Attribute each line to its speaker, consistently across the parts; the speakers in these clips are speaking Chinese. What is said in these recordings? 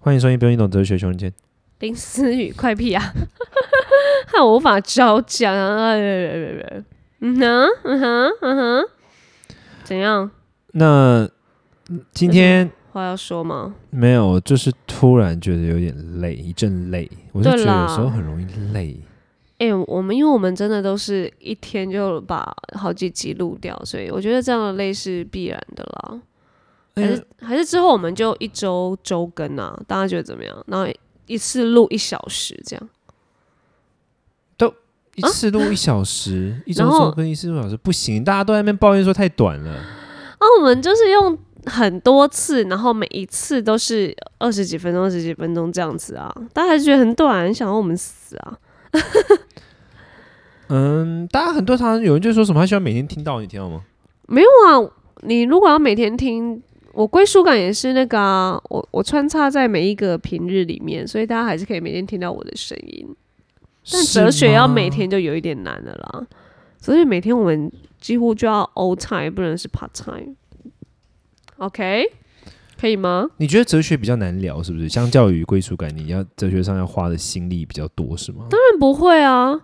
Speaker 1: 欢迎收听《不用你懂哲学熊仁谦》。
Speaker 2: 林思雨，快屁啊！ 害我无法招架啊！嗯哼，嗯哼，嗯哼，怎样？
Speaker 1: 那今天
Speaker 2: 话要说吗？
Speaker 1: 没有，就是突然觉得有点累，一阵累。我是觉
Speaker 2: 对
Speaker 1: 得
Speaker 2: 啦
Speaker 1: 有时候很容易累。
Speaker 2: 哎、我们因为我们真的都是一天就把好几集录掉，所以我觉得这样的累是必然的啦。还
Speaker 1: 哎
Speaker 2: 是、还是之后我们就一周周更啊，大家觉得怎么样？然后一次录一小时这样，
Speaker 1: 一次录一小时， 一周
Speaker 2: 啊然后
Speaker 1: 周更一次录小时不行，大家都在那边抱怨说太短了。
Speaker 2: 啊，我们就是用很多次，然后每一次都是二十几分钟、二十几分钟这样子啊，大家还是觉得很短，想要我们死啊？
Speaker 1: 嗯，大家很多常常有人就说什么，他希望每天听到，你听到吗？
Speaker 2: 没有啊，你如果要每天听，我归属感也是那个啊，我我穿插在每一个平日里面，所以大家还是可以每天听到我的声音。但哲学要每天就有一点难了啦，所以每天我们几乎就要 all time，不能是 part time。OK，可以吗？
Speaker 1: 你觉得哲学比较难聊，是不是？相较于归属感，你要哲学上要花的心力比较多，是吗？
Speaker 2: 当然不会啊。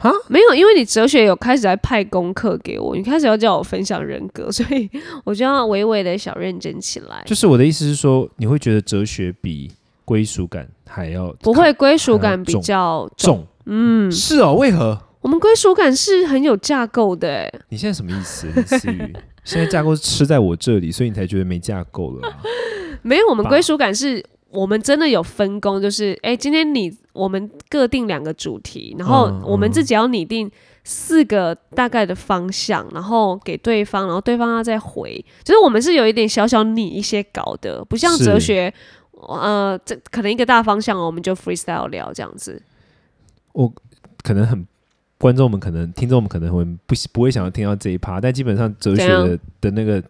Speaker 1: 哈，
Speaker 2: 没有，因为你哲学有开始在派功课给我，你开始要叫我分享人格， 所以我就要微微的小认真起来。
Speaker 1: 就是我的意思是说，你会觉得哲学比归属感还要
Speaker 2: 不会归属
Speaker 1: 还
Speaker 2: 感
Speaker 1: 要
Speaker 2: 比
Speaker 1: 重
Speaker 2: 较重，
Speaker 1: 重？嗯，是哦，为何？
Speaker 2: 我们归属感是很有架构的欸。
Speaker 1: 你现在什么意思，林思雨？现在架构是吃在我这里，所以你才觉得没架构了啊、
Speaker 2: 没有，我们
Speaker 1: 吧
Speaker 2: 归属感是我们真的有分工，就是哎，诶今天你我们各定两个主题，然后
Speaker 1: 嗯
Speaker 2: 我们
Speaker 1: 嗯
Speaker 2: 自己要拟定四个大概的方向，然后给对方，然后对方要再回，就是我们是有一点小小拟一些稿的，不像
Speaker 1: 是
Speaker 2: 哲学。呃，这可能一个大方向哦，我们就 freestyle 聊这样子。
Speaker 1: 可能很观众们可能听众们可能会不不会想要听到这一趴，但基本上哲学
Speaker 2: 怎
Speaker 1: 的的那个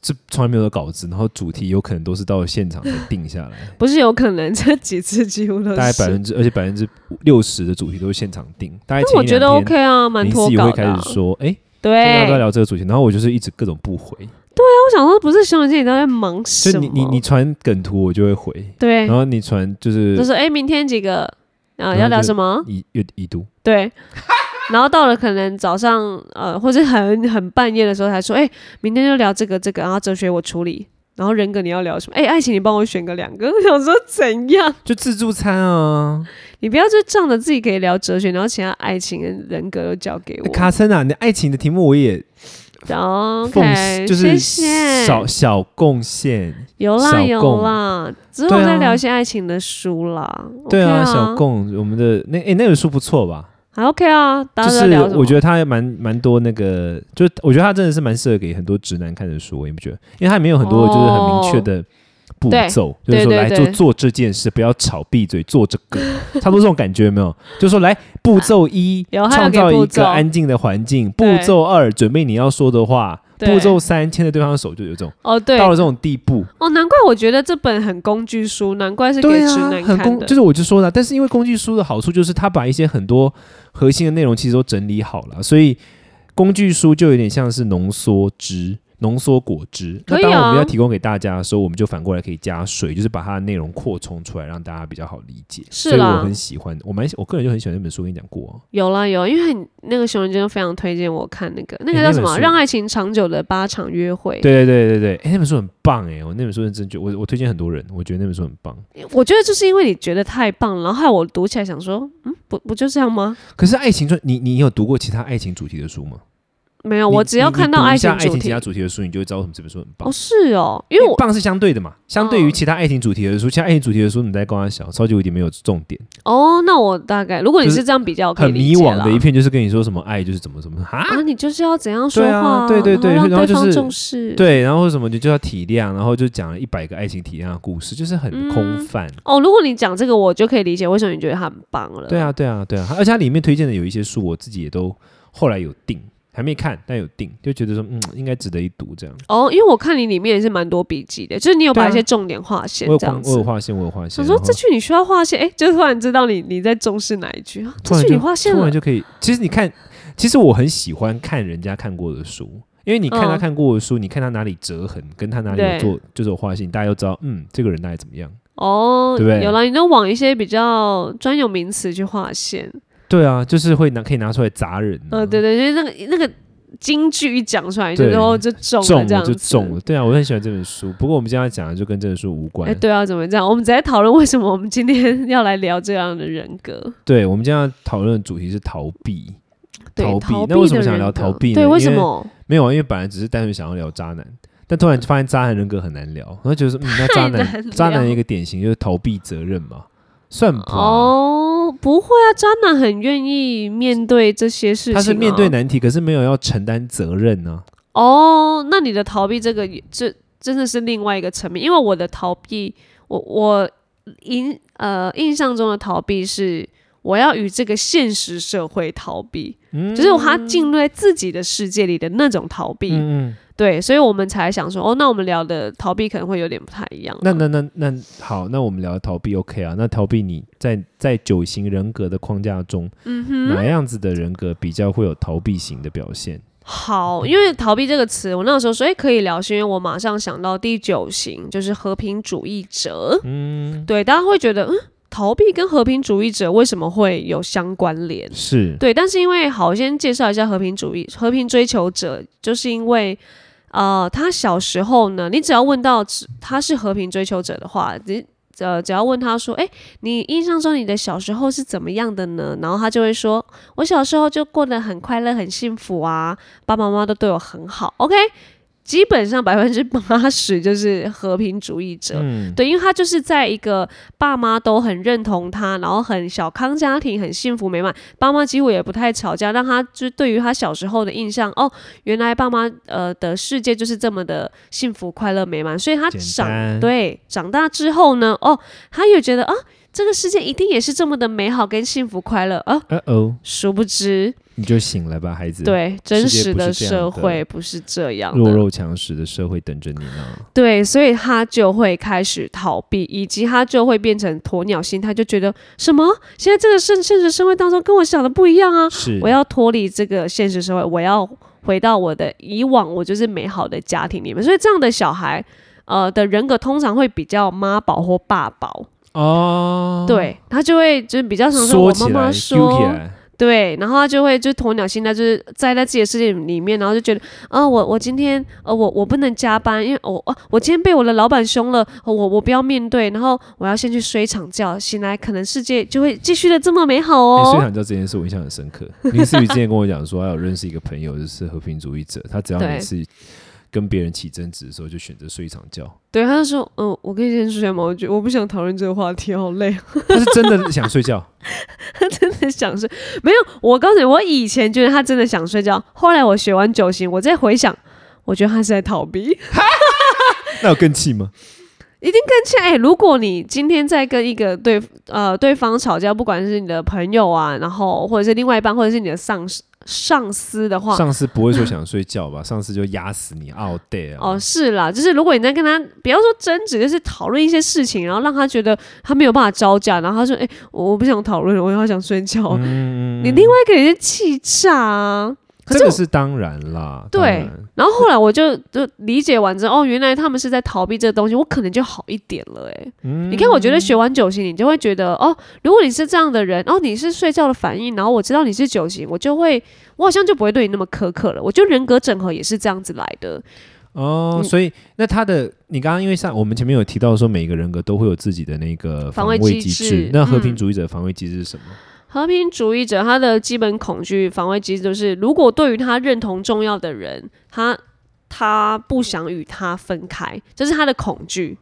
Speaker 1: 这从来没有的稿子，然后主题有可能都是到现场才定下来，
Speaker 2: 不 是有可能这几次几乎都是，
Speaker 1: 大概百分之而且百分之六十的主题都是现场定，大概
Speaker 2: 但
Speaker 1: 前
Speaker 2: 我
Speaker 1: 一
Speaker 2: 觉得
Speaker 1: 两
Speaker 2: OK
Speaker 1: 天。
Speaker 2: 啊，蛮
Speaker 1: 林
Speaker 2: 脱
Speaker 1: 思雨
Speaker 2: 稿
Speaker 1: 会
Speaker 2: 的
Speaker 1: 开
Speaker 2: 啊、
Speaker 1: 今始说：“哎、大家
Speaker 2: 对，
Speaker 1: 都在聊这个主题。”然后我就是一直各种不回，
Speaker 2: 我想说，不是熊仁姐你都在忙什
Speaker 1: 就
Speaker 2: 么？哎
Speaker 1: 你你你传梗图我就会回，
Speaker 2: 对
Speaker 1: 然，后你传就是
Speaker 2: 就说哎、诶明天几个啊
Speaker 1: 后
Speaker 2: 要聊
Speaker 1: 就
Speaker 2: 什么？
Speaker 1: 已有已读，
Speaker 2: 对，然后到了可能早上呃，或者很很半夜的时候才说，哎、明天就聊这个这个，然后哲学我处理，然后人格你要聊什么？哎、爱情你帮我选个两个。 我想说怎样？
Speaker 1: 就自助餐啊。
Speaker 2: 你不要就仗着自己可以聊哲学，然后其他爱情跟人格都交给我。
Speaker 1: 卡森啊，你的爱情的题目我也奉
Speaker 2: OK，
Speaker 1: 就是
Speaker 2: 谢谢
Speaker 1: 小小贡献，
Speaker 2: 有啦
Speaker 1: 小
Speaker 2: 有
Speaker 1: 共
Speaker 2: 啦，之后
Speaker 1: 对
Speaker 2: 再
Speaker 1: 啊
Speaker 2: 聊一些爱情的书啦。
Speaker 1: 对
Speaker 2: OK
Speaker 1: 啊，
Speaker 2: 啊，
Speaker 1: 小贡，我们的那诶、那本书不错吧？
Speaker 2: 还 OK 啊，大
Speaker 1: 就
Speaker 2: 家都在
Speaker 1: 是
Speaker 2: 聊什么？
Speaker 1: 我觉得它也蛮蛮多那个，就我觉得它真的是蛮适合给很多直男看的书，我也不觉得，因为它里面有很多就是很明确
Speaker 2: 哦
Speaker 1: 的步骤，就
Speaker 2: 对
Speaker 1: 是说
Speaker 2: 对
Speaker 1: 来
Speaker 2: 对
Speaker 1: 做做这件事，不要吵，闭 嘴，做这个，差不多这种感觉有没有？就说来步骤一，
Speaker 2: 有它
Speaker 1: 创
Speaker 2: 有给
Speaker 1: 造
Speaker 2: 步
Speaker 1: 一
Speaker 2: 骤
Speaker 1: 个安静的环境；步
Speaker 2: 对
Speaker 1: 骤二，准备你要说的话；
Speaker 2: 对
Speaker 1: 步骤三，牵着对方的手，就有这种。
Speaker 2: 哦对，
Speaker 1: 到了这种地步，
Speaker 2: 哦，难怪我觉得这本很工具书，难怪是给直男
Speaker 1: 啊很
Speaker 2: 看
Speaker 1: 工，
Speaker 2: 的。
Speaker 1: 就是我就说了，但是因为工具书的好处就是它把一些很多核心的内容其实都整理好了，所以工具书就有点像是浓缩汁、浓缩果汁。
Speaker 2: 可
Speaker 1: 那
Speaker 2: 以啊
Speaker 1: 当我们要提供给大家的时候，我们就反过来可以加水，就是把它的内容扩充出来，让大家比较好理解。
Speaker 2: 是
Speaker 1: 所以
Speaker 2: 啦
Speaker 1: 我很喜欢，我蛮我个人就很喜欢那本书，我跟你讲过哦、
Speaker 2: 有啦有，因为很那个熊仁真非常推荐我看那个那个
Speaker 1: 诶
Speaker 2: 叫
Speaker 1: 那
Speaker 2: 什
Speaker 1: 本
Speaker 2: 么《
Speaker 1: 书
Speaker 2: 让爱情长久的八场约会》。
Speaker 1: 对对对对对，哎、那本书很棒哎、我那本书认真觉得，我我推荐很多人，我觉得那本书很棒。
Speaker 2: 我觉得就是因为你觉得太棒了，然后害我读起来想说，嗯，不不就这样吗？
Speaker 1: 可是爱情专，你你有读过其他爱情主题的书吗？
Speaker 2: 没有，
Speaker 1: 你
Speaker 2: 啊我只要
Speaker 1: 你你
Speaker 2: 看到
Speaker 1: 读一
Speaker 2: 爱
Speaker 1: 下
Speaker 2: 情主
Speaker 1: 其
Speaker 2: 题
Speaker 1: 他，主题的书，你就会知道为什么这本书很棒。
Speaker 2: 哦是哦，因为我
Speaker 1: 棒是相对的嘛，相对于
Speaker 2: 嗯
Speaker 1: 其他爱情主题的书，其他爱情主题的书你在跟他小超级无敌没有重点，
Speaker 2: 哦，那我大概如果你
Speaker 1: 就是
Speaker 2: 是这样比较，我可以
Speaker 1: 很
Speaker 2: 理
Speaker 1: 迷
Speaker 2: 解
Speaker 1: 惘
Speaker 2: 啦
Speaker 1: 的一片，就是跟你说什么爱就是怎么怎么哈，
Speaker 2: 啊，你就是要怎样说
Speaker 1: 对
Speaker 2: 话
Speaker 1: 啊
Speaker 2: 啊，
Speaker 1: 对对对
Speaker 2: 然
Speaker 1: 然后
Speaker 2: 对
Speaker 1: 就
Speaker 2: 方
Speaker 1: 是
Speaker 2: 重视。
Speaker 1: 对，然后什么你就要体谅，然后就讲了一百个爱情体谅的故事，就是很空泛。
Speaker 2: 哦，如果你讲这个，我就可以理解为什么你觉得它很棒了。
Speaker 1: 对啊，对啊，对啊，而且它里面推荐的有一些书，我自己也都后来有订，还没看，但有订，就觉得说嗯，应该值得一读这样。
Speaker 2: 哦，因为我看你里面也是蛮多笔记的，就是你有
Speaker 1: 对啊
Speaker 2: 把一些重点划线
Speaker 1: 我有
Speaker 2: 这样
Speaker 1: 光，我
Speaker 2: 子
Speaker 1: 有。划线，我有划线。
Speaker 2: 想说
Speaker 1: 然后
Speaker 2: 这句你需要划线，哎、就突然知道你你在重视哪一句啊？
Speaker 1: 突
Speaker 2: 这
Speaker 1: 然
Speaker 2: 句
Speaker 1: 就
Speaker 2: 你划线
Speaker 1: 突
Speaker 2: 了
Speaker 1: 然，就可以。其实你看，其实我很喜欢看人家看过的书，因为你看他
Speaker 2: 嗯
Speaker 1: 看过的书，你看他哪里折痕，跟他哪里有
Speaker 2: 对
Speaker 1: 做就是有画线，大家都知道，嗯，这个人大概怎么样。
Speaker 2: 哦，
Speaker 1: 对不对
Speaker 2: 有啦，你都往一些比较专有名词去划线。
Speaker 1: 对啊，就是会拿可以拿出来砸人、啊。
Speaker 2: 呃，对对，就是那个那个京剧一讲出来，就
Speaker 1: 对
Speaker 2: 然后就中
Speaker 1: 中
Speaker 2: 了这样
Speaker 1: 了就
Speaker 2: 子。
Speaker 1: 中了，对啊，我很喜欢这本书。不过我们今天要讲的就跟这本书无关。
Speaker 2: 哎，对啊，怎么这样？我们只在讨论为什么我们今天要来聊这样的人格，
Speaker 1: 对我们今天要讨论的主题是逃避，
Speaker 2: 对
Speaker 1: 逃避
Speaker 2: 逃
Speaker 1: 那为什
Speaker 2: 的
Speaker 1: 么想
Speaker 2: 人
Speaker 1: 聊
Speaker 2: 格
Speaker 1: 逃避呢
Speaker 2: 对，为什
Speaker 1: 因为
Speaker 2: 么？
Speaker 1: 没有啊，因为本来只是单纯想要聊渣男，但突然发现渣男人格很难聊，然后觉得说，嗯，那渣
Speaker 2: 太
Speaker 1: 男
Speaker 2: 难
Speaker 1: 渣男
Speaker 2: 聊
Speaker 1: 一个典型就是逃避责任嘛，算吧。
Speaker 2: 哦，不会啊，渣男很愿意面对这些事情、啊。
Speaker 1: 他是面对难题，可是没有要承担责任呢、
Speaker 2: 哦，那你的逃避这个也这真的是另外一个层面，因为我的逃避，我我印呃印象中的逃避是我要与这个现实社会逃避，
Speaker 1: 嗯
Speaker 2: 就是他进入在自己的世界里的那种逃避，
Speaker 1: 嗯嗯，
Speaker 2: 对，所以我们才想说，哦，那我们聊的逃避可能会有点不太一样啊。
Speaker 1: 那那那那好，那我们聊逃避 OK 啊？那逃避你在在九型人格的框架中，
Speaker 2: 嗯哼，
Speaker 1: 哪样子的人格比较会有逃避型的表现？
Speaker 2: 好，因为逃避这个词，我那个时候说，哎、可以聊，是因为我马上想到第九型，就是和平主义者。
Speaker 1: 嗯，
Speaker 2: 对，大家会觉得，嗯，逃避跟和平主义者为什么会有相关联？
Speaker 1: 是
Speaker 2: 对，但是因为好，我先介绍一下和平主义、和平追求者，就是因为，呃，他小时候呢，你只要问到只他是和平追求者的话，只呃，只要问他说，哎、你印象中你的小时候是怎么样的呢？然后他就会说，我小时候就过得很快乐、很幸福啊，爸爸妈妈都对我很好。OK，基本上百分之八十就是和平主义者。
Speaker 1: 嗯，
Speaker 2: 对，因为他就是在一个爸妈都很认同他，然后很小康家庭，很幸福美满，爸妈几乎也不太吵架，让他就是对于他小时候的印象，哦，原来爸妈呃的世界就是这么的幸福、快乐、美满，所以他
Speaker 1: 简
Speaker 2: 长
Speaker 1: 单
Speaker 2: 对长大之后呢，哦，他也觉得啊，这个世界一定也是这么的美好跟幸福快乐啊，
Speaker 1: 呃哦，
Speaker 2: 殊不知，
Speaker 1: 你就醒了吧，孩子。，
Speaker 2: 对啊真
Speaker 1: 世界
Speaker 2: 实
Speaker 1: 不
Speaker 2: 的
Speaker 1: 是这
Speaker 2: 社
Speaker 1: 样的
Speaker 2: 会不是这样的，
Speaker 1: 弱肉强食的社会等着你呢。
Speaker 2: 对，所以他就会开始逃避，以及他就会变成鸵鸟心态，就觉得什么现在这个现现实社会当中跟我想的不一样啊，
Speaker 1: 是，
Speaker 2: 我要脱离这个现实社会，我要回到我的以往，我就是美好的家庭里面。所以这样的小孩，呃的人格通常会比较妈宝或爸宝，
Speaker 1: 哦，，
Speaker 2: 对他就会就是比较常说
Speaker 1: 缩
Speaker 2: 我
Speaker 1: 起
Speaker 2: 妈
Speaker 1: 来，揪
Speaker 2: 妈
Speaker 1: 起
Speaker 2: 说，
Speaker 1: 来，
Speaker 2: 对，然后他就会就鸵鸟心态，就是在在自己的世界里面，然后就觉得，啊、我我今天呃，我我不能加班，因为我啊，我今天被我的老板凶了，呃我我不要面对，然后我要先去睡一场觉，醒来可能世界就会继续的这么美好
Speaker 1: 哎、所以
Speaker 2: 哦。
Speaker 1: 想知道这件事，我印象很深刻。林思雨之前跟我讲说，他有认识一个朋友，就是和平主义者，他只要
Speaker 2: 对
Speaker 1: 每次跟别人起争执的时候，就选择睡一场觉。
Speaker 2: 对，他就说，嗯、我跟你先睡吗？我觉我不想讨论这个话题，好累，
Speaker 1: 他是真的想睡觉，
Speaker 2: 他真的想睡。没有，我告诉你，我以前觉得他真的想睡觉，后来我学完九型，我再回想，我觉得他是在逃避。
Speaker 1: 那有更气吗？
Speaker 2: 一定更气哎、如果你今天在跟一个对呃对方吵架，不管是你的朋友啊，然后或者是另外一半，或者是你的上司上司的话，
Speaker 1: 上司不会说想睡觉吧？上司就压死你，all day 啊！
Speaker 2: 哦是啦，就是如果你在跟他不要说争执，就是讨论一些事情，然后让他觉得他没有办法招架，然后他说哎、我我不想讨论了，我要想睡觉。
Speaker 1: 嗯
Speaker 2: 你另外一个人是气炸啊。可
Speaker 1: 这
Speaker 2: 是
Speaker 1: 个
Speaker 2: 我
Speaker 1: 是当然啦，
Speaker 2: 对
Speaker 1: 当然哦
Speaker 2: 然后后来我就就理解完之后，哦，原来他们是在逃避这个东西，我可能就好一点了、欸，你看，我觉得学完九型，你就会觉得哦，如果你是这样的人，哦，你是睡觉的反应，然后我知道你是九型，我就会，我好像就不会对你那么苛刻了。我觉得人格整合也是这样子来的，
Speaker 1: 哦，
Speaker 2: 嗯
Speaker 1: 所以那他的，你刚刚因为上我们前面有提到说，每个人格都会有自己的那个
Speaker 2: 防
Speaker 1: 防
Speaker 2: 卫
Speaker 1: 卫
Speaker 2: 机
Speaker 1: 机
Speaker 2: 制
Speaker 1: 制。那和平
Speaker 2: 嗯
Speaker 1: 主义者的防卫机制是什么？
Speaker 2: 和平主义者他的基本恐惧防卫机制就是，如果对于他认同重要的人，他他不想与他分开，这是他的恐惧。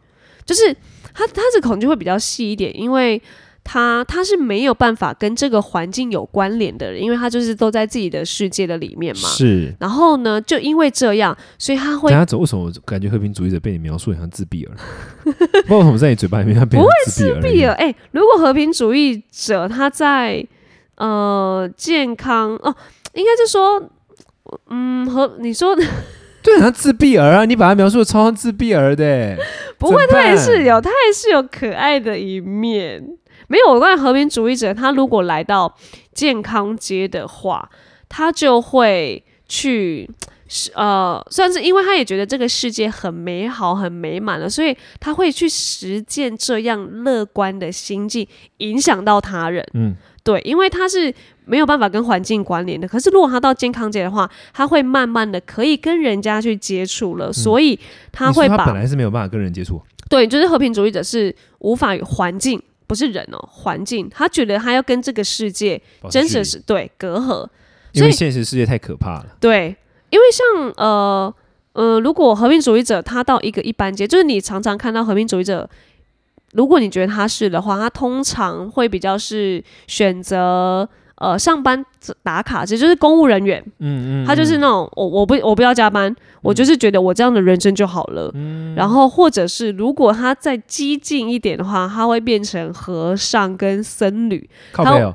Speaker 2: 就是他他的恐惧会比较细一点，因为他他是没有办法跟这个环境有关联的人，因为他就是都在自己的世界的里面嘛。
Speaker 1: 是。
Speaker 2: 然后呢，就因为这样，所以他
Speaker 1: 等
Speaker 2: 会
Speaker 1: 下走，为什么我感觉和平主义者被你描述很像自闭儿？ 不知道为什么在你嘴巴里面他变成自闭儿？
Speaker 2: 避了。哎、如果和平主义者他在呃健康哦，应该是说，嗯，和你说的
Speaker 1: 对，很像自闭儿啊！你把他描述的超像自闭儿的欸、
Speaker 2: 不会，
Speaker 1: 怎么
Speaker 2: 他
Speaker 1: 办
Speaker 2: 也是有，他也是有可爱的一面。没有，我关于和平主义者，他如果来到健康街的话，他就会去是呃，算是因为他也觉得这个世界很美好、很美满了，所以他会去实践这样乐观的心境，影响到他人。
Speaker 1: 嗯，
Speaker 2: 对，因为他是没有办法跟环境关联的。可是如果他到健康节的话，他会慢慢的可以跟人家去接触了，所以
Speaker 1: 嗯
Speaker 2: 他
Speaker 1: 你说
Speaker 2: 会
Speaker 1: 他
Speaker 2: 把
Speaker 1: 本来是没有办法跟人接触，
Speaker 2: 对，就是和平主义者是无法与环境，不是人哦，环境，他觉得他要跟这个世界
Speaker 1: 保持
Speaker 2: 真
Speaker 1: 哦距离
Speaker 2: 的是对隔阂，
Speaker 1: 因为
Speaker 2: 所以
Speaker 1: 现实世界太可怕了。
Speaker 2: 对，因为像呃呃，如果和平主义者他到一个一般阶，就是你常常看到和平主义者，如果你觉得他是的话，他通常会比较是选择呃上班打卡，这就是公务人员，
Speaker 1: 嗯嗯，
Speaker 2: 他就是那种我我不我不要加班，我就是觉得我这样的人生就好了。然后或者是如果他再激进一点的话，他会变成和尚跟僧侣。
Speaker 1: 靠背哦，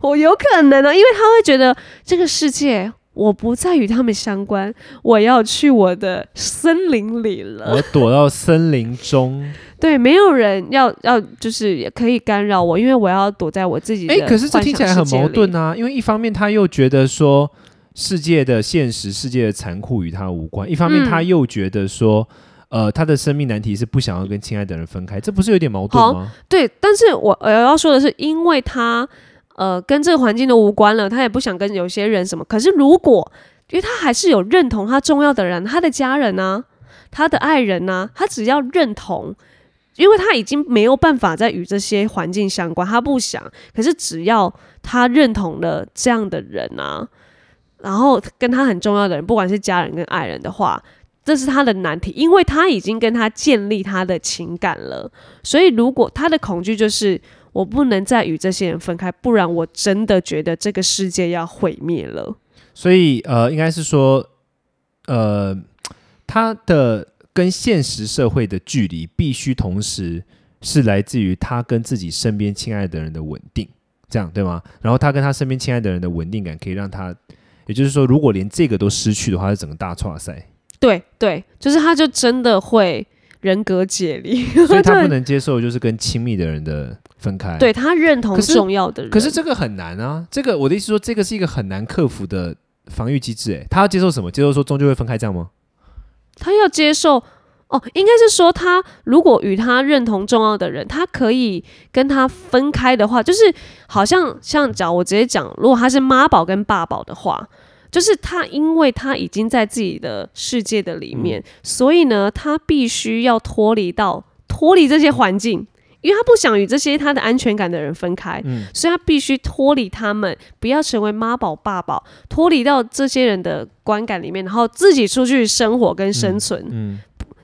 Speaker 2: 我有可能呢、因为他会觉得这个世界我不再与他们相关，我要去我的森林里了。
Speaker 1: 我躲到森林 中。
Speaker 2: 对，没有人要要就是也可以干扰我，因为我要躲在我自己的。
Speaker 1: 哎，可是这听起来很矛盾。啊，因为一方面他又觉得说世界的现实、世界的残酷与他无关，一方面
Speaker 2: 嗯
Speaker 1: 他又觉得说。呃，他的生命难题是不想要跟亲爱的人分开，这不是有点矛盾
Speaker 2: 好
Speaker 1: 吗？
Speaker 2: 对，但是我我要说的是，因为他呃跟这个环境都无关了，他也不想跟有些人什么。可是如果因为他还是有认同他重要的人，他的家人呢、他的爱人呢、他只要认同。因为他已经没有办法再与这些环境相关，他不想。可是只要他认同了这样的人啊，然后跟他很重要的人，不管是家人跟爱人的话，这是他的难题，因为他已经跟他建立他的情感了。所以，如果他的恐惧就是我不能再与这些人分开，不然我真的觉得这个世界要毁灭了。
Speaker 1: 所以呃，应该是说，呃，他的跟现实社会的距离必须同时是来自于他跟自己身边亲爱的人的稳定，这样对吗？然后他跟他身边亲爱的人的稳定感，可以让他，也就是说，如果连这个都失去的话，他整个大岔赛，
Speaker 2: 对对，就是他就真的会人格解离，
Speaker 1: 所以他不
Speaker 2: 对
Speaker 1: 能接受就是跟亲密的人的分开。
Speaker 2: 对他认同
Speaker 1: 可是
Speaker 2: 重要的人。
Speaker 1: 可是这个很难啊，这个我的意思说，这个是一个很难克服的防御机制。哎，他要接受什么？接受说终究会分开，这样吗？
Speaker 2: 他要接受哦，应该是说他如果与他认同重要的人，他可以跟他分开的话，就是好像像讲我直接讲，如果他是妈宝跟爸宝的话。就是他，因为他已经在自己的世界的里面，所以呢，他必须要脱离到脱离这些环境，因为他不想与这些他的安全感的人分开，
Speaker 1: 嗯
Speaker 2: 所以他必须脱离他们，不要成为妈宝爸宝，脱离到这些人的观感里面，然后自己出去生活跟生存。
Speaker 1: 嗯，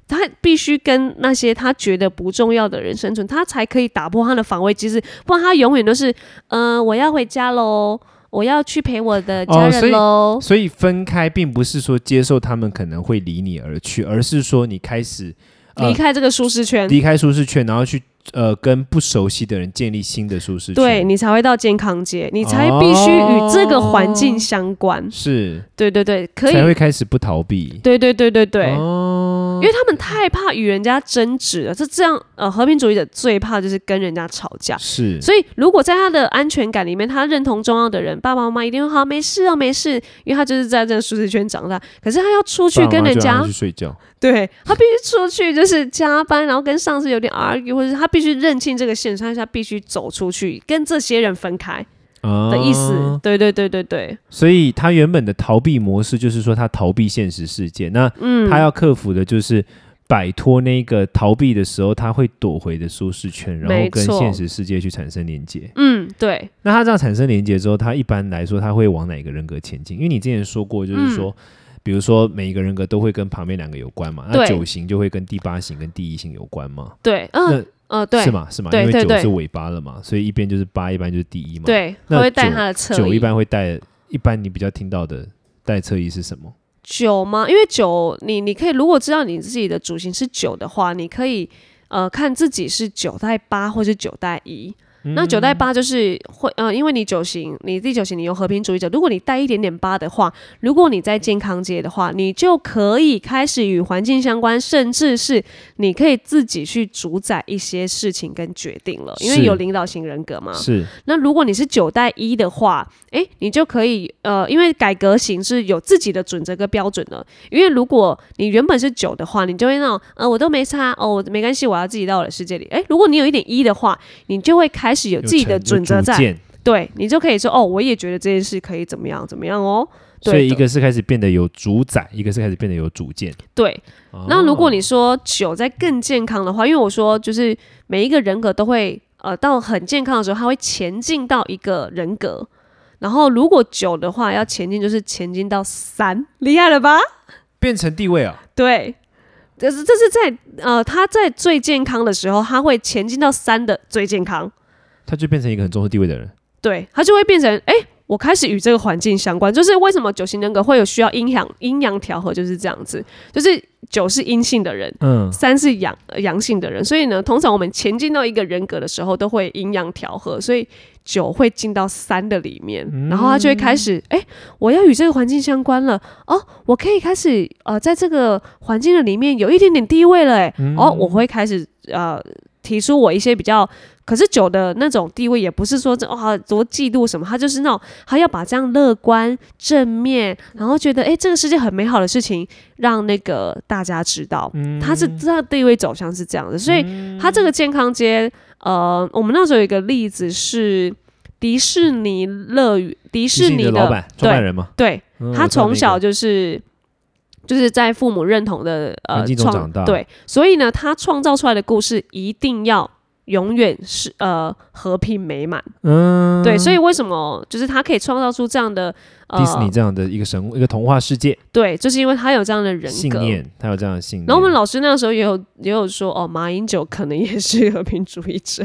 Speaker 2: 他必须跟那些他觉得不重要的人生存，他才可以打破他的防卫机制，不然他永远都是，嗯、我要回家喽，我要去陪我的家
Speaker 1: 哦所以
Speaker 2: 人喽。
Speaker 1: 所以分开并不是说接受他们可能会离你而去，而是说你开始呃
Speaker 2: 离开这个舒适圈，
Speaker 1: 离开舒适圈，然后去呃跟不熟悉的人建立新的舒适圈。
Speaker 2: 对，你才会到健康街，你才必须与这个环境相关。
Speaker 1: 是
Speaker 2: 对对对，可以
Speaker 1: 才，会开始不逃避。
Speaker 2: 对对对对对，
Speaker 1: 哦
Speaker 2: 因为他们太怕与人家争执了。这这样，呃，和平主义者最怕就是跟人家吵架。
Speaker 1: 是，
Speaker 2: 所以，如果在他的安全感里面，他认同重要的人，爸爸妈妈一定会好，没事哦，没事，因为他就是在这个舒适圈长大。可是他要出去
Speaker 1: 爸
Speaker 2: 跟
Speaker 1: 妈
Speaker 2: 人
Speaker 1: 就让
Speaker 2: 家
Speaker 1: 他去，睡觉。
Speaker 2: 对他必须出去，就是加班，然后跟上司有点 argue，或者是他必须认清这个现实，但是他必须走出去，跟这些人分开的
Speaker 1: 的
Speaker 2: 意思。
Speaker 1: 哦
Speaker 2: 对对对对对，
Speaker 1: 啊所以他原本的逃避模式就是说他逃避现实世界，那
Speaker 2: 嗯，
Speaker 1: 他要克服的就是摆脱那个逃避的时候，他会躲回的舒适圈，然后
Speaker 2: 没
Speaker 1: 跟
Speaker 2: 错
Speaker 1: 现实世界去产生连接。
Speaker 2: 嗯，对，
Speaker 1: 那他这样产生连接之后，他一般来说他会往哪个人格前进？因为你之前说过，就是说，比如说每一个人格都会跟旁边两个有关嘛，那
Speaker 2: 嗯对
Speaker 1: 九型就会跟第八型跟第一型有关嘛，
Speaker 2: 对，嗯，呃，对
Speaker 1: 是，吗？是吗？
Speaker 2: 对
Speaker 1: 因为
Speaker 2: 对
Speaker 1: 九
Speaker 2: 对
Speaker 1: 是尾巴了嘛，所以一边就是八，一般就是第一嘛。，
Speaker 2: 对，
Speaker 1: 那
Speaker 2: 他会带
Speaker 1: 九
Speaker 2: 他的侧
Speaker 1: 九一
Speaker 2: 翼。
Speaker 1: 般会带，一般你比较听到的带侧翼是什么？
Speaker 2: 九吗？因为九，你你可以如果知道你自己的主型是九的话，你可以呃看自己是九带八或是九带一。
Speaker 1: 嗯
Speaker 2: 那九带八就是会，呃，因为你九型，你第九型你有和平主义者，如果你带一点点八的话，如果你在健康街的话，你就可以开始与环境相关，甚至是你可以自己去主宰一些事情跟决定了，因为
Speaker 1: 是
Speaker 2: 有领导型人格嘛。
Speaker 1: 嗯是
Speaker 2: 那如果你是九带一的话，诶，你就可以呃，因为改革型是有自己的准则跟标准的。因为如果你原本是九的话，你就会那种呃，我都没差哦，我没关系，我要自己到我的世界里。诶，如果你有一点一的话，你就会开始有自己的
Speaker 1: 有成
Speaker 2: 准
Speaker 1: 有
Speaker 2: 则
Speaker 1: 主
Speaker 2: 在，
Speaker 1: 见
Speaker 2: 对你就可以说哦，我也觉得这件事可以怎么样怎么样哦。对
Speaker 1: 所以一
Speaker 2: 的
Speaker 1: 个是开始变得有主宰，一个是开始变得有主见。
Speaker 2: 对，那如果你
Speaker 1: 哦
Speaker 2: 说酒在更健康的话，因为我说就是每一个人格都会呃到很健康的时候，他会前进到一个人格。然后如果酒的话，要前进就是前进到三，厉害了吧？
Speaker 1: 变成地位啊，
Speaker 2: 对，这是这是在呃他在最健康的时候，他会前进到三的最健康，
Speaker 1: 他就变成一个很重视地位的人。
Speaker 2: 对他就会变成哎。诶我开始与这个环境相关，就是为什么九型人格会有需要阴阳阴阳调和，就是这样子。就是九是阴性的人，
Speaker 1: 嗯，
Speaker 2: 三是阳呃阳性的人，所以呢，通常我们前进到一个人格的时候，都会阴阳调和，所以九会进到三的里面，然后他就会开始，哎、我要与这个环境相关了，哦，我可以开始呃，在这个环境的里面有一点点地位了、诶
Speaker 1: 嗯
Speaker 2: 哦，我会开始呃提出我一些比较。可是九的那种地位也不是说这哇多嫉妒什么，他就是那种他要把这样乐观正面，然后觉得哎、诶这个世界很美好的事情让那个大家知道，他是他的地位走向是这样的，所以他这个健康街，呃，我们那时候有一个例子是迪士尼乐园，迪
Speaker 1: 是
Speaker 2: 士
Speaker 1: 你
Speaker 2: 尼
Speaker 1: 的老板创办
Speaker 2: 对
Speaker 1: 人嘛，
Speaker 2: 对，
Speaker 1: 嗯
Speaker 2: 他
Speaker 1: 我知道那
Speaker 2: 从
Speaker 1: 个
Speaker 2: 小就是。就是在父母认同的呃
Speaker 1: 环境中长
Speaker 2: 创
Speaker 1: 大
Speaker 2: 对，所以呢，他创造出来的故事一定要永远是呃和平美满，
Speaker 1: 嗯，
Speaker 2: 对，所以为什么就是他可以创造出这样的呃
Speaker 1: 迪士尼这样的一个神一个童话世界
Speaker 2: 对，就是因为他有这样的人
Speaker 1: 信
Speaker 2: 格，
Speaker 1: 念，嗯他有这样的信念。
Speaker 2: 然后我们老师那时候也有也有说，哦，马英九可能也是和平主义者，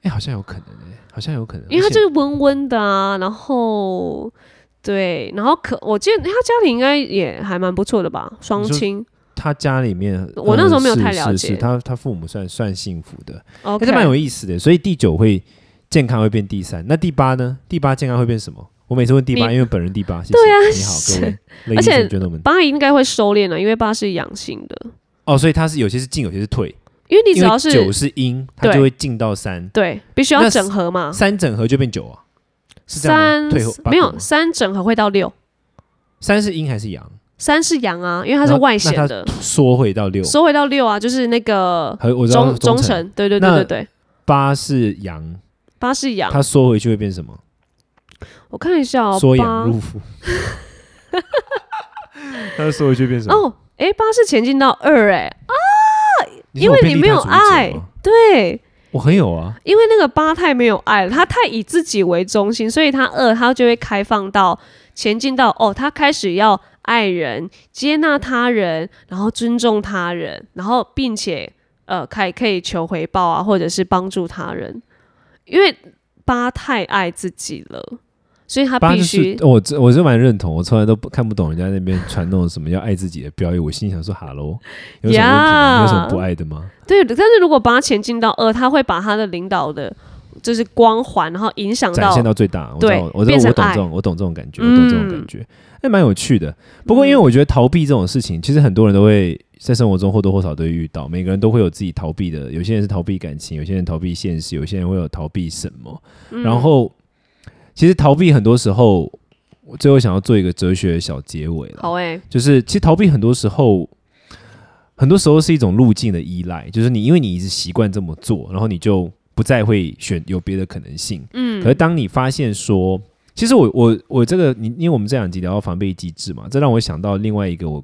Speaker 1: 哎，好像有可能哎，好像有可能，
Speaker 2: 因为他
Speaker 1: 而且
Speaker 2: 就是温温的啊，然后对，然后可我记得他家里应该也还蛮不错的吧，双亲。
Speaker 1: 他家里面，
Speaker 2: 我那时候没有
Speaker 1: 嗯
Speaker 2: 太了
Speaker 1: 是是
Speaker 2: 解
Speaker 1: 是他他父母算算幸福的，
Speaker 2: OK，
Speaker 1: 但是蛮有意思的。所以第九会健康会变第三，那第八呢？第八健康会变什么？我每次问第八，
Speaker 2: 你
Speaker 1: 因为本人第八，谢谢对啊，你好，各位
Speaker 2: 是
Speaker 1: ladies
Speaker 2: 而
Speaker 1: and
Speaker 2: 且
Speaker 1: gentlemen，
Speaker 2: 八应该会收敛啊了，因为八是阳性的，
Speaker 1: 哦，所以他是有些是进，有些是退，
Speaker 2: 因为你只
Speaker 1: 因
Speaker 2: 要
Speaker 1: 为九
Speaker 2: 是
Speaker 1: 是阴，它
Speaker 2: 对
Speaker 1: 就会进到三，
Speaker 2: 对，必须
Speaker 1: 那
Speaker 2: 要
Speaker 1: 是
Speaker 2: 整合嘛，
Speaker 1: 三整合就变九啊，是这样
Speaker 2: 三
Speaker 1: 吗？退后八
Speaker 2: 没
Speaker 1: 九
Speaker 2: 有
Speaker 1: 吗
Speaker 2: 三整合会到六，
Speaker 1: 三是阴还是阳？
Speaker 2: 三是阳啊，因为它是
Speaker 1: 然后
Speaker 2: 外
Speaker 1: 那
Speaker 2: 显
Speaker 1: 它
Speaker 2: 的，
Speaker 1: 缩回到六，
Speaker 2: 收回到六啊，就是那个
Speaker 1: 和我知道
Speaker 2: 中中
Speaker 1: 中
Speaker 2: 神，对对对
Speaker 1: 那
Speaker 2: 对对，
Speaker 1: 八是阳，
Speaker 2: 八是阳，
Speaker 1: 它缩回去会变什么？
Speaker 2: 我看一下哦，
Speaker 1: 缩
Speaker 2: 八
Speaker 1: 阳入腹。 它缩回去变什么？
Speaker 2: 哦，诶，八是前进到二、诶，
Speaker 1: 说
Speaker 2: 因为
Speaker 1: 我变
Speaker 2: 你
Speaker 1: 利
Speaker 2: 没
Speaker 1: 他
Speaker 2: 有
Speaker 1: 主义者
Speaker 2: 爱
Speaker 1: 吗
Speaker 2: 对，
Speaker 1: 我很有啊，
Speaker 2: 因为那个八太没有爱了，他太以自己为中心，所以他二他就会开放到前进到哦，他开始要爱人、接纳他人，然后尊重他人，然后并且呃，可以可以求回报啊，或者是帮助他人，因为八太爱自己了，所以他
Speaker 1: 八
Speaker 2: 必
Speaker 1: 就是
Speaker 2: 须。
Speaker 1: 我这我是蛮认同，我从来都不看不懂人家那边传那种什么要爱自己的标语，我心里想说哈喽，有什么问题吗？你有什么不爱的吗？
Speaker 2: 对，但是如果把它前进到二，他会把他的领导的，就是光环，然后影响
Speaker 1: 展
Speaker 2: 到
Speaker 1: 现到最大，我知
Speaker 2: 对
Speaker 1: 道，我知道，
Speaker 2: 变成
Speaker 1: 我懂
Speaker 2: 爱嗯
Speaker 1: 这种，我懂这种感觉，我懂这种感觉，那蛮有趣的。不过，因为我觉得逃避这种事情，其实很多人都会在生活中或多或少都会遇到，每个人都会有自己逃避的，有些人是逃避感情，有些人逃避现实，有些人会有逃避什么。
Speaker 2: 嗯
Speaker 1: 然后，其实逃避很多时候，我最后想要做一个哲学小结尾了。
Speaker 2: 好哎、
Speaker 1: 就是其实逃避很多时候，很多时候是一种路径的依赖，就是你因为你一直习惯这么做，然后你就不再会选有别的可能性。
Speaker 2: 嗯
Speaker 1: 可是当你发现说，其实我我我这个你，因为我们这两集聊到防备机制嘛，这让我想到另外一个我，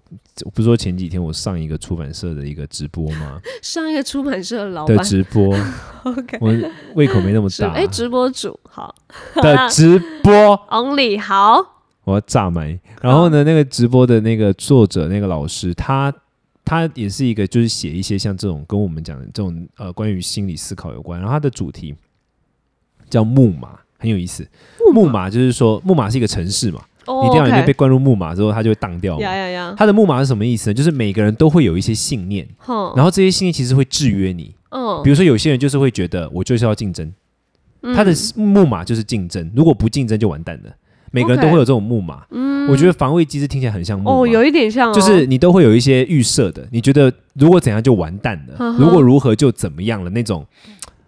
Speaker 1: 我不是说前几天我上一个出版社的一个直播嘛
Speaker 2: 上一个出版社的老
Speaker 1: 的
Speaker 2: 板
Speaker 1: 直播，
Speaker 2: ，OK，
Speaker 1: 我胃口没 那么
Speaker 2: 直
Speaker 1: 大
Speaker 2: 哎、直播主好
Speaker 1: 的直播。
Speaker 2: ，Only 好，
Speaker 1: 我要炸麦。然后呢，那个直播的那个作者那个老师，他他也是一个就是写一些像这种跟我们讲的这种呃关于心理思考有关。然后他的主题叫木马，很有意思。木马就是说木马是一个城市嘛，
Speaker 2: 哦
Speaker 1: 你电脑里面被
Speaker 2: OK，
Speaker 1: 灌入木马之后，它就会荡掉
Speaker 2: 呀
Speaker 1: 嘛。
Speaker 2: 呀呀，
Speaker 1: 他的木马是什么意思呢？就是每个人都会有一些信念，
Speaker 2: 哼，
Speaker 1: 然后这些信念其实会制约你。
Speaker 2: 嗯
Speaker 1: 比如说，有些人就是会觉得我就是要竞争，他的木马就是竞争，如果不竞争就完蛋了。每个人都
Speaker 2: OK 嗯
Speaker 1: 会有这种木马，我觉得防卫机制听起来很像木马，
Speaker 2: 哦，有一点像、哦，
Speaker 1: 就是你都会有一些预设的，你觉得如果怎样就完蛋了，
Speaker 2: 呵呵
Speaker 1: 如果如何就怎么样了那种，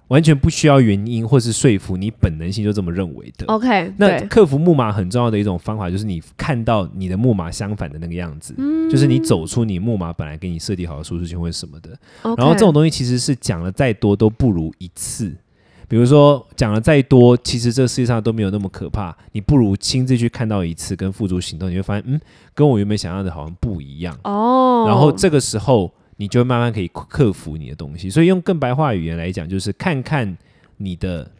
Speaker 1: 完全不需要原因或是说服，你本能性就这么认为的。
Speaker 2: OK，
Speaker 1: 那
Speaker 2: 对，
Speaker 1: 克服木马很重要的一种方法，就是你看到你的木马相反的那个样子，就是你走出你木马本来给你设定好的舒适圈或者什么的。
Speaker 2: 嗯
Speaker 1: 然后这种东西其实是讲了再多都不如一次。比如说讲了再多，其实这世界上都没有那么可怕。你不如亲自去看到一次，跟付诸行动，你会发现，嗯，跟我原本想象的好像不一样。
Speaker 2: 哦，
Speaker 1: 然后这个时候，你就慢慢可以克服你的东西。所以用更白话语言来讲，就是看看你的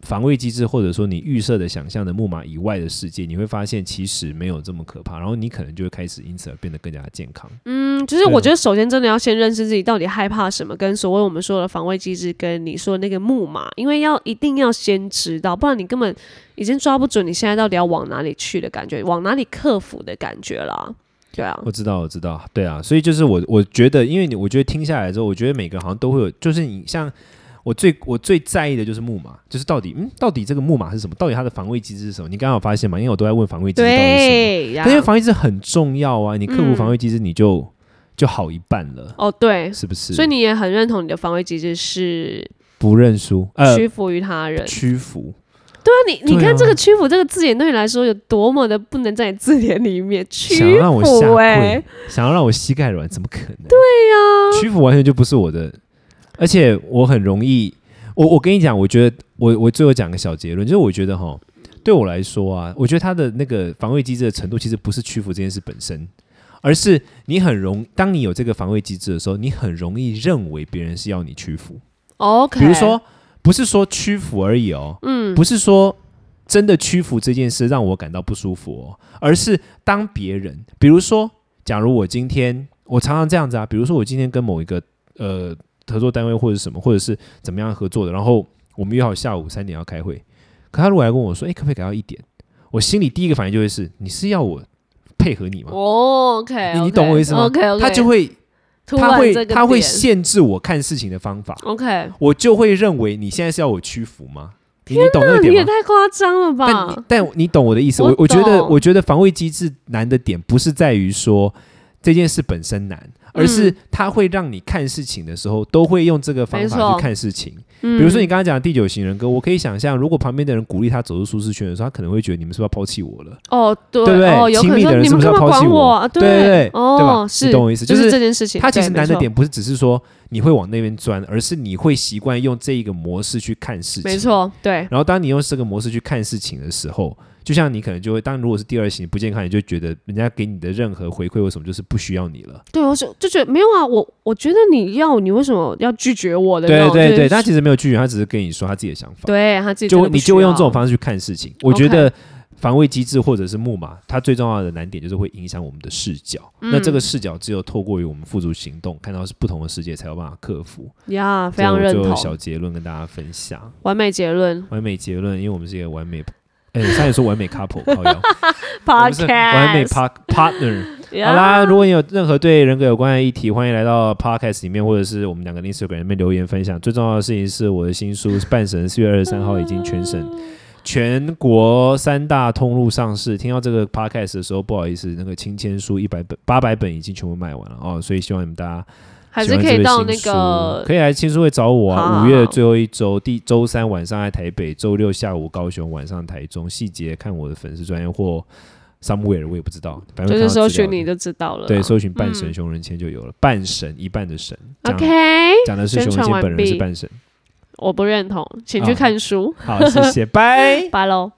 Speaker 1: 防卫机制，或者说你预设的想象的木马以外的世界，你会发现其实没有这么可怕。然后你可能就会开始因此而变得更加健康。
Speaker 2: 嗯，就是
Speaker 1: 对
Speaker 2: 我觉得首先真的要先认识自己到底害怕什么，跟所谓我们说的防卫机制，跟你说的那个木马，因为要一定要先知道，不然你根本已经抓不准你现在到底要往哪里去的感觉，往哪里克服的感觉啦。对啊，
Speaker 1: 我知道，我知道，对啊，所以就是我，我觉得，因为你，我觉得听下来之后，我觉得每个好像都会有，就是你像我最我最在意的就是木马，就是到底嗯，到底这个木马是什么？到底它的防卫机制是什么？你刚刚有发现吗？因为我都在问防卫机制到底是什么，
Speaker 2: 对，呀
Speaker 1: 但因为防卫机制很重要啊，你克服
Speaker 2: 嗯
Speaker 1: 防卫机制，你就、就好一半了，
Speaker 2: 哦对，
Speaker 1: 是不是？
Speaker 2: 所以你也很认同你的防卫机制是
Speaker 1: 不认输，呃，
Speaker 2: 屈服于他人。
Speaker 1: 屈服，
Speaker 2: 对啊，你你
Speaker 1: 对
Speaker 2: 看
Speaker 1: 啊
Speaker 2: 这个屈服这个字眼对你来说有多么的不能在你字典里面屈
Speaker 1: 想要让我下
Speaker 2: 服
Speaker 1: 跪，
Speaker 2: 哎、
Speaker 1: 想要让我膝盖软，怎么可能？对呀、屈服完全就不是我的，而且我很容易，我我跟你讲，我觉得我我最后讲个小结论，就是我觉得哈，对我来说啊，我觉得他的那个防卫机制的程度，其实不是屈服这件事本身。而是你很容，当你有这个防卫机制的时候，你很容易认为别人是要你屈服。
Speaker 2: OK，
Speaker 1: 比如说，不是说屈服而已哦，嗯，不是说真的屈服这件事让我感到不舒服哦，而是当别人，比如说，假如我今天，我常常这样子啊，比如说我今天跟某一个呃合作单位或者什么，或者是怎么样合作的，然后我们约好下午三点要开会，可他如果来跟我说，哎诶，可不可以改到一点？我心里第一个反应就会是，你是要我配合你吗？
Speaker 2: 哦，OK，
Speaker 1: 你你懂我意思吗
Speaker 2: o k o k
Speaker 1: 他就会，
Speaker 2: 突
Speaker 1: 他
Speaker 2: 然
Speaker 1: 会，
Speaker 2: 这个
Speaker 1: 他会
Speaker 2: 点
Speaker 1: 限制我看事情的方法。
Speaker 2: OK，
Speaker 1: 我就会认为你现在是要我屈服吗？你你懂那
Speaker 2: 那
Speaker 1: 个
Speaker 2: 你也
Speaker 1: 点吗？
Speaker 2: 太夸张了
Speaker 1: 但你
Speaker 2: 吧？
Speaker 1: 但你懂我的意思，
Speaker 2: 我
Speaker 1: 我我觉得
Speaker 2: 懂
Speaker 1: 我觉得防卫机制难的点不是在于说这件事本身难，而
Speaker 2: 嗯
Speaker 1: 是它会让你看事情的时候都会用这个方
Speaker 2: 没
Speaker 1: 法
Speaker 2: 错
Speaker 1: 去看事情。
Speaker 2: 嗯
Speaker 1: 比如说你刚刚讲的第九型人格，我可以想象，如果旁边的人鼓励他走出舒适圈的时候，他可能会觉得你们是不是要抛弃我了？
Speaker 2: 哦，对
Speaker 1: 对不对
Speaker 2: 哦，有可
Speaker 1: 亲
Speaker 2: 能
Speaker 1: 密
Speaker 2: 说
Speaker 1: 的人
Speaker 2: 你
Speaker 1: 是
Speaker 2: 们
Speaker 1: 不是
Speaker 2: 干
Speaker 1: 要
Speaker 2: 嘛
Speaker 1: 抛弃
Speaker 2: 管
Speaker 1: 我
Speaker 2: 啊？
Speaker 1: 对对对对吧
Speaker 2: 哦
Speaker 1: 你，
Speaker 2: 是，
Speaker 1: 懂我意思就
Speaker 2: 就
Speaker 1: 是
Speaker 2: 是这件事情，
Speaker 1: 他其实
Speaker 2: 对
Speaker 1: 难的，
Speaker 2: 没
Speaker 1: 点不是只是说你会往那边钻，而是你会习惯用这一个模式去看事情。
Speaker 2: 错没错， 对，
Speaker 1: 然后当你用这个模式去看事情的时候，就像你可能就会，当如果是第二型不健康，你就觉得人家给你的任何回馈或什么就是不需要你了。
Speaker 2: 对我是就觉得没有啊，我我觉得你要你为什么要拒绝我的那
Speaker 1: 对
Speaker 2: 种？
Speaker 1: 对对，
Speaker 2: 就
Speaker 1: 他
Speaker 2: 是
Speaker 1: 其实没有拒绝，他只是跟你说他自己的想法，
Speaker 2: 对他自己真
Speaker 1: 就
Speaker 2: 的不
Speaker 1: 你
Speaker 2: 需
Speaker 1: 就会用这种
Speaker 2: 要
Speaker 1: 方式去看事情。我觉得防卫机制或者是木马，它最重要的难点就是会影响我们的视角。
Speaker 2: 嗯
Speaker 1: 那这个视角只有透过于我们付诸行动，看到是不同的世界，才有办法克服。
Speaker 2: 呀，非常
Speaker 1: 这
Speaker 2: 认
Speaker 1: 我就
Speaker 2: 同，
Speaker 1: 小结论跟大家分享，
Speaker 2: 完美结论
Speaker 1: 完美结论，因为我们是一个完美。哎，我差点说完美 couple，靠腰我们是
Speaker 2: ，Podcast
Speaker 1: 完美 par partner。
Speaker 2: 呀
Speaker 1: 好啦，如果你有任何对人格有关的议题，欢迎来到 podcast 里面，或者是我们两个的 Instagram 里面留言分享。最重要的事情是，我的新书《半神》四月二十三号已经全 省、全国三大通路上市。听到这个 podcast 的时候，不好意思，那个亲签书一百本、八百本已经全部卖完了哦，所以希望你们大家
Speaker 2: 还
Speaker 1: 喜
Speaker 2: 是
Speaker 1: 欢
Speaker 2: 可
Speaker 1: 这
Speaker 2: 以
Speaker 1: 本
Speaker 2: 到
Speaker 1: 新
Speaker 2: 那
Speaker 1: 书
Speaker 2: 个
Speaker 1: 可以来签书会找我
Speaker 2: 好好
Speaker 1: 啊。
Speaker 2: 好
Speaker 1: 五月最后一周，第周三晚上在台北，周六下午高雄，晚上台中。细节看我的粉丝专业或 somewhere，我也不知道，反正
Speaker 2: 就
Speaker 1: 会看
Speaker 2: 是
Speaker 1: 到
Speaker 2: 搜
Speaker 1: 资料
Speaker 2: 寻
Speaker 1: 的
Speaker 2: 你就知道了啦，
Speaker 1: 对，搜寻半
Speaker 2: 嗯
Speaker 1: 神熊仁谦就有了，半神一半的神。讲
Speaker 2: OK，
Speaker 1: 讲的是熊仁谦本人是半神。
Speaker 2: 我不认同，请
Speaker 1: 啊
Speaker 2: 去看书。
Speaker 1: 好，谢谢，拜。
Speaker 2: 拜喽。